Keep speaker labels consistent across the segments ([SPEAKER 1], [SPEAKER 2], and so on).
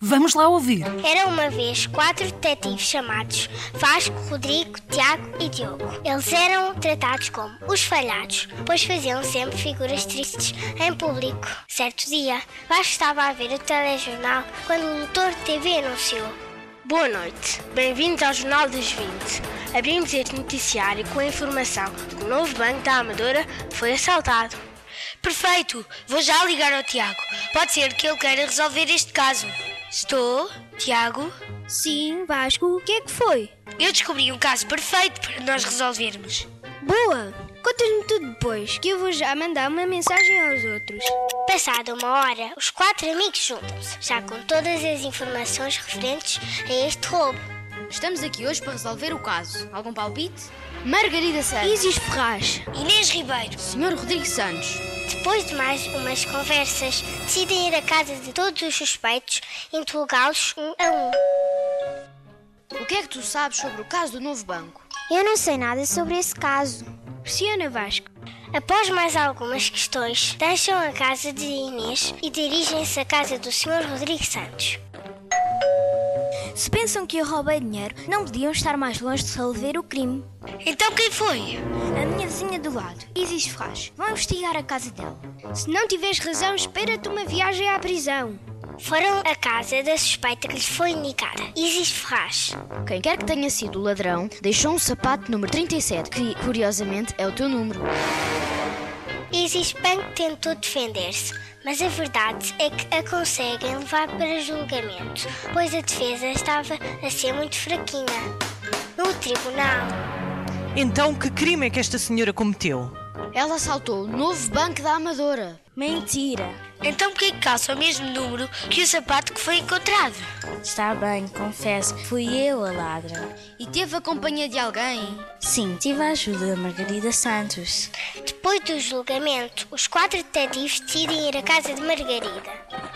[SPEAKER 1] Vamos lá ouvir.
[SPEAKER 2] Era uma vez quatro detetives chamados Vasco, Rodrigo, Tiago e Diogo. Eles eram tratados como os falhados, pois faziam sempre figuras tristes em público. Certo dia, Vasco estava a ver o telejornal quando o locutor de TV anunciou. Boa noite, bem-vindos ao Jornal das 20. Abrimos este noticiário com a informação de que o novo banco da Amadora foi assaltado.
[SPEAKER 3] Perfeito, vou já ligar ao Tiago. Pode ser que ele queira resolver este caso. Estou, Tiago?
[SPEAKER 2] Sim, Vasco, o que é que foi?
[SPEAKER 3] Eu descobri um caso perfeito para nós resolvermos.
[SPEAKER 2] Boa! Contas-me tudo depois, que eu vou já mandar uma mensagem aos outros. Passada uma hora, os quatro amigos juntam-se, já com todas as informações referentes a este roubo.
[SPEAKER 4] Estamos aqui hoje para resolver o caso. Algum palpite? Margarida Santos.
[SPEAKER 2] Isis Ferraz,
[SPEAKER 3] Inês Ribeiro,
[SPEAKER 4] Senhor Rodrigo Santos.
[SPEAKER 2] depois de mais umas conversas, decidem ir à casa de todos os suspeitos e interrogá-los um a um.
[SPEAKER 4] O que é que tu sabes sobre o caso do novo banco?
[SPEAKER 2] Eu não sei nada sobre esse caso. Pressiona Vasco. Após mais algumas questões, deixam a casa de Inês e dirigem-se à casa do Sr. Rodrigo Santos. Se pensam que eu roubei dinheiro, não podiam estar mais longe de resolver o crime.
[SPEAKER 3] Então quem foi?
[SPEAKER 2] A minha vizinha do lado, Isis Ferraz, vão investigar a casa dela. Se não tiveres razão, espera-te uma viagem à prisão. Foram à casa da suspeita que lhes foi indicada, Isis Ferraz.
[SPEAKER 4] Quem quer que tenha sido o ladrão deixou um sapato número 37, que curiosamente é o teu número.
[SPEAKER 2] Isis Punk tentou defender-se, mas a verdade é que a conseguem levar para julgamento, pois a defesa estava a ser muito fraquinha. No tribunal,
[SPEAKER 5] Então, que crime é que esta senhora cometeu?
[SPEAKER 4] Ela assaltou o novo banco da Amadora.
[SPEAKER 3] Mentira. Então porquê que calça o mesmo número que o sapato que foi encontrado?
[SPEAKER 6] Está bem, confesso, fui eu a ladra.
[SPEAKER 4] E teve a companhia de alguém.
[SPEAKER 6] Sim, tive a ajuda da Margarida Santos.
[SPEAKER 2] depois do julgamento, os quatro detetives decidem ir à casa de Margarida.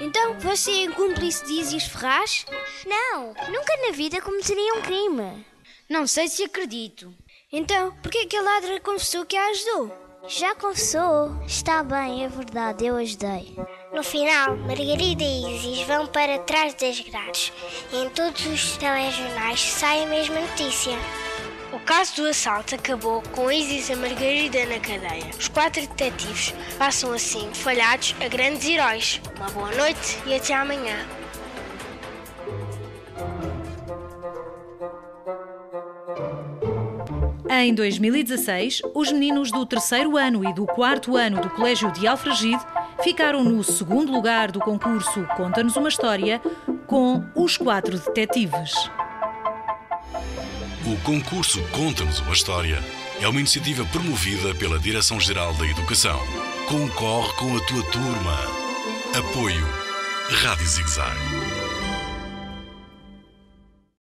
[SPEAKER 6] Então, você é cúmplice de Isis Ferraz? Não, nunca na vida cometeria um crime.
[SPEAKER 4] Não sei se acredito.
[SPEAKER 6] Então, porquê que a ladra confessou que a ajudou? Já confessou. Está bem, é verdade, eu ajudei.
[SPEAKER 2] No final, Margarida e Isis vão para trás das grades e em todos os telejornais sai a mesma notícia.
[SPEAKER 3] O caso do assalto acabou com Isis e Margarida na cadeia. Os quatro detetives passam assim, falhados, a grandes heróis. Uma boa noite e até amanhã.
[SPEAKER 1] Em 2016, os meninos do terceiro ano e do quarto ano do Colégio de Alfragide ficaram no segundo lugar do concurso Conta-nos uma História com os quatro detetives.
[SPEAKER 7] O concurso Conta-nos uma História é uma iniciativa promovida pela Direção-Geral da Educação. Concorre com a tua turma. Apoio Rádio Zigzag.